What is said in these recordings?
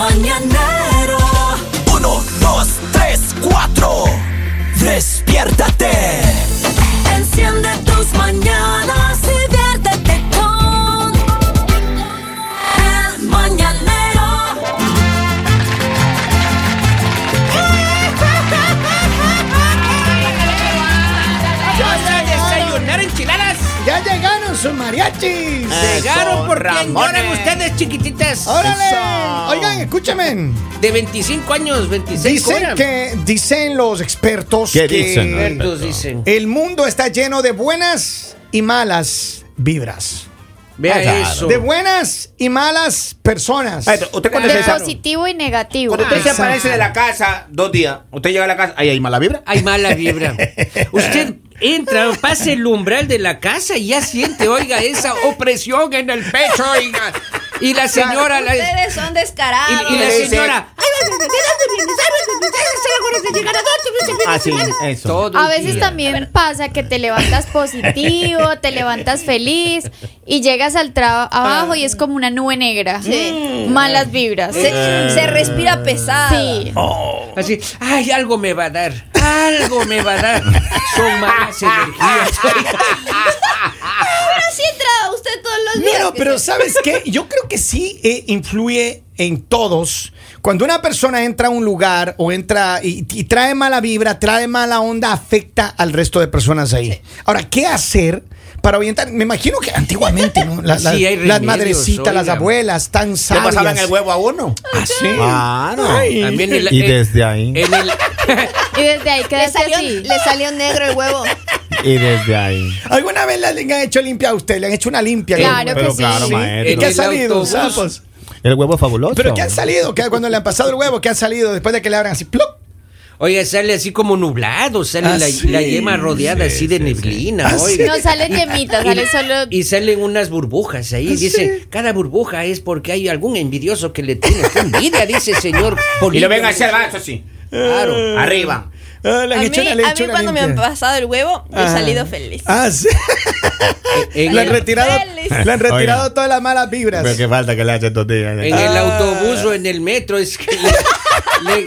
mañanero. Uno, dos, tres, cuatro. Despiértate. Enciende tus mañanas y viértete con el mañanero. a desayunar enchiladas. Ya llegaron sus mariachis. Ah, Llegaron por quien Ramones. lloran ustedes, chiquititas. ¡Órale! Eso. Oigan, escúchame. De 25 años, 26 Dicen cobran. que, dicen los expertos ¿Qué que dicen, eh? Expertos dicen. el mundo está lleno de buenas y malas vibras. Vea Ah, claro. eso. De buenas y malas personas. Ah, esto, Usted cuando Pues De se, sa- positivo y negativo. cuando usted se Exacto. aparece de la casa dos días, usted llega a la casa, ahí hay mala vibra. Hay mala vibra. Usted entra, pasa el umbral de la casa y ya siente, oiga, esa opresión en el pecho, oiga. Y la señora... la- Ustedes son descarados. y, y la Ese- señora... Así, eso. Todo A el veces día. también pasa que te levantas positivo, te levantas feliz y llegas al trabajo abajo y es como una nube negra. Mm. Sí. Malas vibras. se, se respira Oh. pesado. Sí. Así, ay, algo me va a dar, algo me va a dar. Son malas energías. Ahora sí entra usted todos los días. No, no, pero ¿sabes qué? Yo creo que sí eh, influye en todos. Cuando una persona entra a un lugar o entra y, y trae mala vibra, trae mala onda, afecta al resto de personas ahí. Ahora, ¿qué hacer para orientar? Me imagino que antiguamente, ¿no? La- la- Sí, hay las remedios, madrecitas, las oiga. abuelas, tan ¿Le sabias. pasaban el huevo a uno? Así. Claro. Ay. También el- Y eh, desde ahí. en el- Y desde ahí le quedaste salió, así. le salió negro el huevo. Y desde ahí. ¿Alguna vez la- le han hecho limpia a usted? ¿Le han hecho una limpia? Claro Pero que sí. claro, ¿Y maestro. qué ha El salido? autobús. sapos? El huevo fabuloso. ¿Pero qué han salido? ¿Qué, cuando le han pasado el huevo, ¿qué han salido? Después de que le abran así, ¡plop! oiga, sale así como nublado, sale Ah, la, sí. la yema rodeada así de neblina, Ah, sí. oiga. No salen yemitas, sale solo. Y salen unas burbujas Ah, ahí. Dice, cada burbuja es porque hay algún envidioso que le tiene usted envidia, dice señor Y lo ven polígono. a hacer vaso así. Claro. Arriba. Ah, le A han mí, hecho una- a le mí han hecho una cuando me han limpia. pasado el huevo, yo he Ah. salido feliz. Ah, sí. En, Le han el, retirado, Feliz. le han retirado Oiga. todas las malas vibras. Pero qué falta que le hace estos días. en Ah. el autobús o en el metro es que le, le-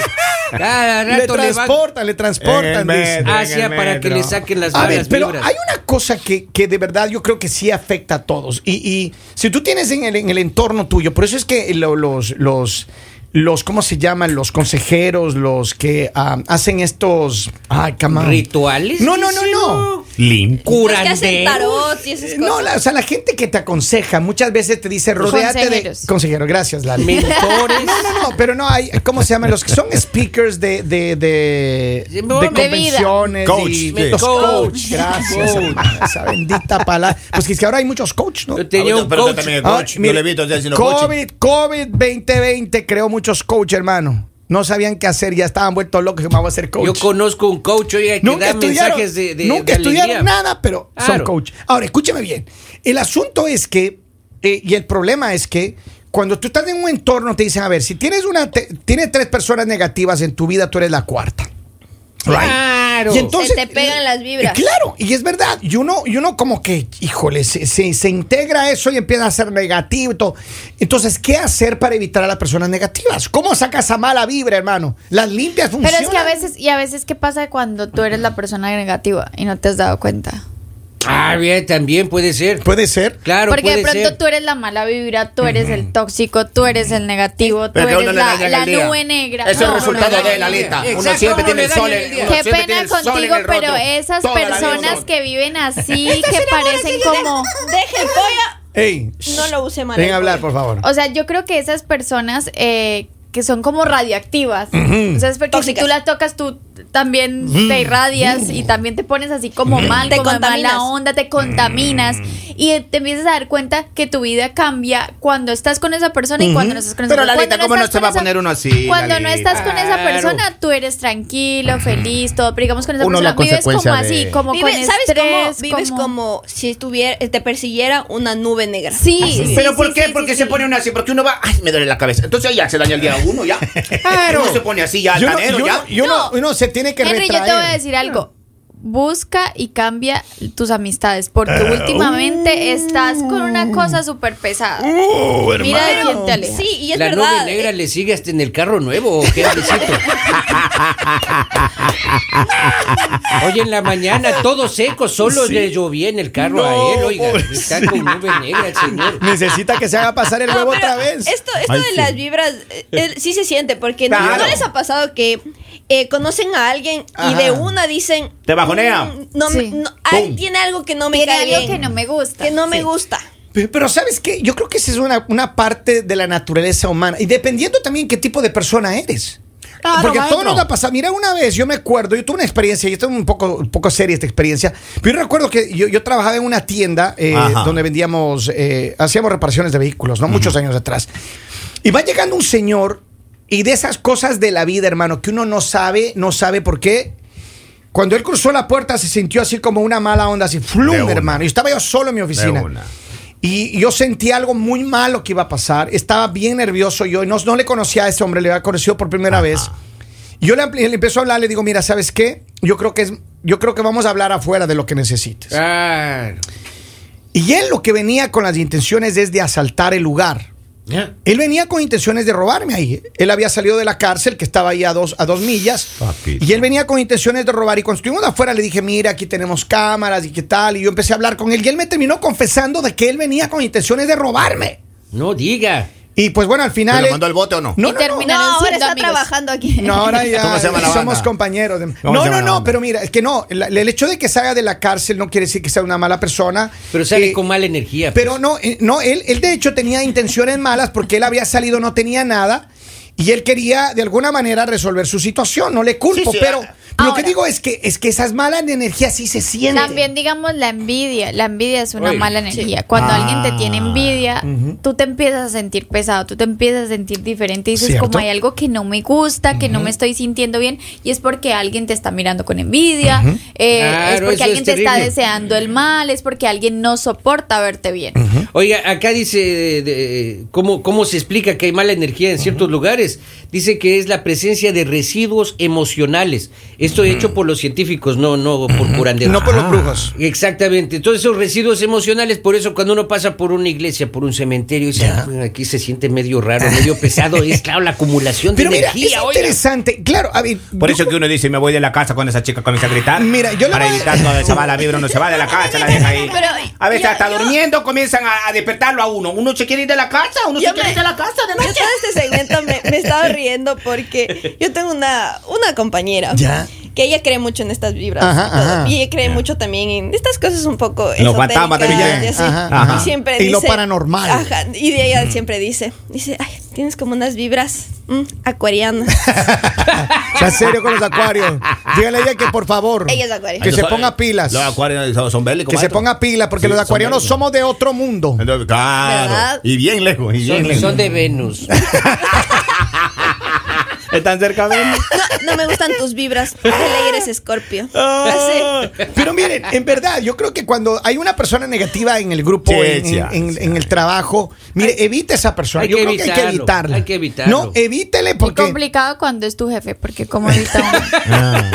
cada Le rato le, van transportan, le transportan. En el dice. metro. hacia En el para que metro. le saquen las A ver, malas pero vibras. hay una cosa que, que de verdad yo creo que sí afecta a todos. Y, y si tú tienes en el, en el entorno tuyo, por eso es que lo- los, los, los, ¿cómo se llaman? Los consejeros, los que ah, hacen estos... Ay, come on. ¿Rituales? No, no, no, dice, no. Limp. Los que hacen Curanderos. tarot y esas Eh, cosas. No, la, o sea, la gente que te aconseja muchas veces te dice, rodeate Consejeros. de... Consejero, gracias, Lali. mentores. No, no, no, pero no hay, ¿cómo se llaman? Los que son speakers de, de, de, De de vida. convenciones. Coach, y- sí. Los Coach. coach, gracias. Coach. Esa bendita palabra. Pues que es que ahora hay muchos coach, ¿no? Yo tenía Ah, un pero coach. también el Ah, coach. mire, Yo le he visto hacer sino coaching. COVID, COVID 2020 creó muchos coach, hermano. No sabían qué hacer, ya estaban vueltos locos, que vamos a ser coach. Yo conozco un coach, oiga, que Nunca da estudiaron, mensajes de, de- nunca de alegría. estudiaron nada, pero Claro. son coach. Ahora, escúchame bien. El asunto es que, eh, y el problema es que cuando tú estás en un entorno, te dicen, a ver, si tienes, una, te- tienes tres personas negativas en tu vida, tú eres la cuarta. Claro. Y entonces, Se te pegan las vibras. eh, claro, y es verdad. Y uno, y uno como que, híjole, se, se, se integra a eso y empieza a ser negativo. y todo. Entonces, ¿qué hacer para evitar a las personas negativas? ¿Cómo sacas esa mala vibra, hermano? Las limpias Pero funcionan. es que a veces, y a veces, ¿qué pasa cuando tú eres la persona negativa y no te has dado cuenta? Ah, bien, también puede ser. Puede ser. Claro, Porque de puede pronto ser. tú eres la mala vibra, tú eres el tóxico, tú eres el negativo, tú Pero que a uno eres le la, dañan la el día. nube negra. Eso es No, el resultado no, no, de la no, lista. no, Uno exacto, siempre no tiene le el dañan sol. el en- día. uno Qué siempre pena tiene el sol en contigo, el pero rostro. esas Toda la vida personas son. que viven así, que parecen Deje- como... Deje el pollo. Ey, No lo use mal. Ven el a hablar, pollo. por favor. O sea, yo creo que esas personas eh, que son como radioactivas, o sea, es porque si Tóxicas. tú las tocas, tú también te irradias y también te pones así como mal, Te como de contaminas. mala onda, te contaminas y te empiezas a dar cuenta que tu vida cambia cuando estás con esa persona y cuando no estás con esa Pero persona. Lalita, Cuando ¿cómo no estás se con va a esa- poner uno así? Cuando no Lalita? estás con esa Claro. persona, tú eres tranquilo, feliz, todo, pero digamos con esa Uno la persona vives como consecuencia así, de- como Vive- con ¿Sabes cómo? estrés, Vives como, si estuviera, te persiguiera una nube negra. Sí, sí, ¿Pero sí, por qué? sí, Porque sí, se sí. pone uno así, porque uno va, ay, me duele la cabeza. Entonces ya se daña el día uno, ya. Uno se pone así, ya, Yo no- altanero, yo ya. no- yo no- uno se tiene que Henry, yo te voy a retraer. decir algo. busca y cambia tus amistades, porque últimamente Mm. estás con una cosa súper pesada. Eh, Mira de quién te alejas. Sí, y es la verdad. Eh, nube eh. negra le sigue hasta en el carro nuevo, ¿o qué Andresito? Hoy en la mañana, todo seco, solo le llovía en el carro a él, oiga. Está con nube negra el señor. Necesita que se haga pasar el No, huevo pero otra vez. Esto, esto Ay, de sí. las vibras eh, eh, sí se siente, porque no- Claro. no les ha pasado que eh, conocen a alguien y Ajá. de una dicen. Te bajonea. "Mm, No, me- Sí. no, ay, tiene algo que no me Tiene cae algo bien, que no me gusta. que no me Sí. gusta. Pe- Pero ¿sabes qué? Yo creo que esa es una, una parte de la naturaleza humana. Y dependiendo también qué tipo de persona eres. Claro, Porque a todos maestro. nos ha pasado. Mira, una vez yo me acuerdo, yo tuve una experiencia, yo tengo un poco, un poco seria esta experiencia. Pero yo recuerdo que yo, yo trabajaba en una tienda eh, Ajá. donde vendíamos, eh, hacíamos reparaciones de vehículos, ¿no? Muchos años atrás. Y va llegando un señor y de esas cosas de la vida, hermano, que uno no sabe, no sabe por qué. Cuando él cruzó la puerta se sintió así como una mala onda, así, De flum, una. hermano. Y estaba yo solo en mi oficina. De una. Y yo sentí algo muy malo que iba a pasar. Estaba bien nervioso yo. y No, no le conocía a ese hombre, le había conocido por primera vez. Y yo le, ampli- le empiezo a hablar, le digo, mira, ¿sabes qué? Yo creo que, es, yo creo que vamos a hablar afuera de lo que necesites. Ah, Claro. Y él lo que venía con las intenciones es de asaltar el lugar. Él venía con intenciones de robarme ahí. Él había salido de la cárcel, que estaba ahí a dos, a dos millas. Papito. Y él venía con intenciones de robar. Y cuando estuvimos afuera le dije, mira, aquí tenemos cámaras y qué tal. Y yo empecé a hablar con él. Y él me terminó confesando de que él venía con intenciones de robarme. No diga. Y pues bueno, al ¿Te final... lo él- mandó al bote o no? No, y no, no. No, terminaron ahora siendo está amigos. trabajando aquí. No, ahora ya ¿Cómo se llama la somos banda? compañeros. de- No, ¿Cómo se llama no, la no, banda? pero mira, es que no, la- el hecho de que salga de la cárcel no quiere decir que sea una mala persona. Pero sale Eh, con mala energía. pues. Pero no, eh, no, él, él de hecho tenía intenciones malas porque él había salido, no tenía nada. Y él quería de alguna manera resolver su situación, no le culpo, Sí, sí, pero ah, lo que ahora. digo es que es que esas malas energías sí se sienten. También digamos la envidia. La envidia es una Oye, mala energía. Cuando Ah. alguien te tiene envidia, tú te empiezas a sentir pesado, tú te empiezas a sentir diferente y dices ¿Cierto? como hay algo que no me gusta, que no me estoy sintiendo bien y es porque alguien te está mirando con envidia, eh, Claro, es eso es porque alguien te está terrible. deseando el mal, es porque alguien no soporta verte bien. Oiga, acá dice de- de- ¿cómo, cómo se explica que hay mala energía en ciertos lugares. Dice que es la presencia de residuos emocionales. Esto hecho por los científicos, no, no por curanderos. No por los brujos. Exactamente. Entonces esos residuos emocionales, por eso cuando uno pasa por una iglesia, por un cementerio, dice, "Ah, aquí se siente medio raro, medio pesado. Es claro la acumulación de Pero mira, energía. es oiga. interesante. Claro, a ver, Por yo eso que uno dice, me voy de la casa cuando esa chica comienza a gritar. Mira, yo le Para voy- evitar toda esa mala vibra, uno se va de la casa, la deja ahí. Pero A veces yo- hasta yo- durmiendo comienzan a, a despertarlo a uno. Uno se quiere ir de la casa, uno se Yo quiere me- ir de la casa de Yo noche. todo este segmento me, me estaba riendo porque yo tengo una, una compañera Ya. que ella cree mucho en estas vibras. Ajá, y todo, ajá. y ella cree mucho también en estas cosas un poco En los fantasmas esotéricas también. y así. Ajá, Y ajá. siempre Y lo dice- paranormal. Ajá, y de ella siempre dice, dice, ay, tienes como unas vibras mm, acuarianas. sea serio con los acuarios. Dígale a ella que por favor Ella es acuario. que Los- se ponga pilas. Los acuarios son- son bélicos. Que se maestro. ponga pilas porque Sí, los son acuarianos bélicos. somos de otro mundo. Entonces, claro. ¿Verdad? Y bien lejos. Y bien Son, lejos. son de Venus. Están cerca de mí. No, no me gustan tus vibras. De ley eres escorpio. Ah. Así. Pero miren, en verdad, yo creo que cuando hay una persona negativa en el grupo, Sí, en, sí, en- en- sí. en el trabajo, mire, evita a esa persona. Hay yo que creo que hay que evitarlo, evitarla. hay que evitarlo. No, evítele Y porque. complicado cuando es tu jefe, porque como ahorita uno-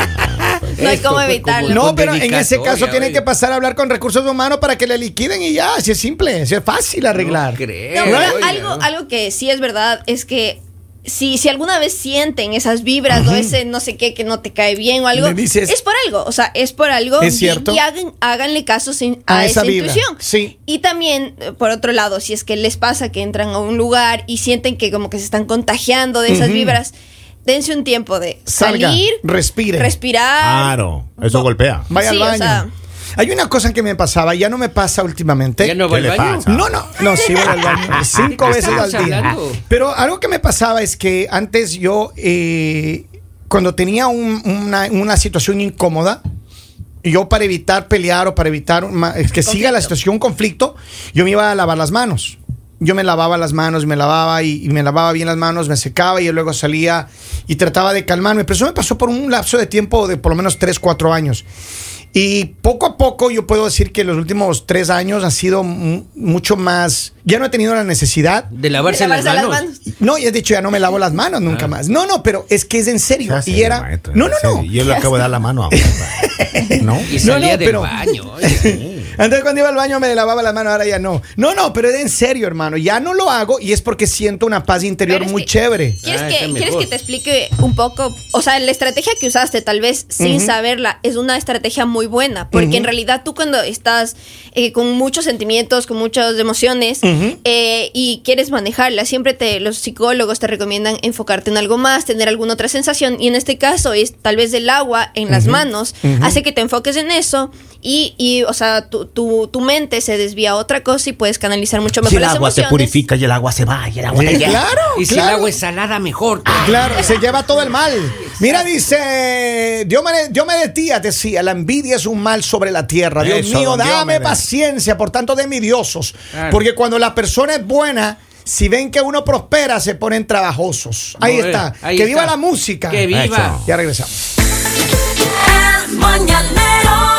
No hay Esto, cómo pues, evitarlo. como- No, con pero en ese dedicatoria, caso tienen oiga. que pasar a hablar con recursos humanos para que le liquiden y ya, si es simple, si es fácil arreglar. No creo, No, pero oiga. algo, algo que sí es verdad es que si, si alguna vez sienten esas vibras o ese no sé qué que no te cae bien o algo, Me dices- es por algo. O sea, es por algo. Es y- cierto. Y, hagan- háganle caso sin- A a, esa esa, vibra, intuición. sí. Y también, eh, por otro lado, si es que les pasa que entran a un lugar y sienten que como que se están contagiando de esas vibras, dense un tiempo de Salga, salir, respire. respirar. Claro. Eso golpea. Vaya al Sí, o baño. sea- Hay una cosa que me pasaba, ya no me pasa últimamente. ¿Ya no va ¿Qué al le baño? pasa? No, no, no, sí voy al baño cinco ¿De qué veces al estamos día. hablando? Pero algo que me pasaba es que antes yo, eh, cuando tenía un- una, una situación incómoda, yo para evitar pelear o para evitar un ma- es que siga la situación, un conflicto, yo me iba a lavar las manos. Yo me lavaba las manos, me lavaba y, y me lavaba bien las manos, me secaba y yo luego salía y trataba de calmarme. Pero eso me pasó por un lapso de tiempo de por lo menos 3, 4 años. Y poco a poco yo puedo decir que los últimos tres años ha sido mu- mucho más... Ya no he tenido la necesidad. De lavarse, De lavarse las las manos. manos. No, ya he dicho, ya no me lavo las manos nunca más. No, no, pero es que es en serio. Ah. Ya sé, Y era... maestro, no, en no, no. serio. Yo le acabo de dar la mano a ¿No? Y salía del pero- baño. oye. Antes cuando iba al baño me lavaba las manos, ahora ya no. No, no, pero en serio, hermano, ya no lo hago y es porque siento una paz interior Pero es muy que- chévere. ¿Quieres, Ah, que, está ¿Quieres mejor. que te explique un poco? O sea, la estrategia que usaste, tal vez sin saberla, es una estrategia muy buena. Porque en realidad tú cuando estás eh, con muchos sentimientos, con muchas emociones eh, y quieres manejarla, siempre te, los psicólogos te recomiendan enfocarte en algo más, tener alguna otra sensación. Y en este caso es tal vez el agua en las manos, hace que te enfoques en eso y, y, o sea, tu, tu, tu mente se desvía a otra cosa y puedes canalizar mucho mejor Si el las agua se emociones. purifica y el agua se va y el agua Sí, te llega. claro, Y si el claro. Ah, agua es salada, mejor. Claro, se lleva todo el mal. Mira, dice, Dios me, Dios me de tía, decía, la envidia es un mal sobre la tierra. Dios Eso, mío, don dame Diomedes. paciencia, por tanto, de envidiosos. Claro. Porque cuando la persona es buena, si ven que uno prospera, se ponen trabajosos. Ahí Bueno, está. ahí que está. viva la música. Que viva. Eso. Ya regresamos. El mañanero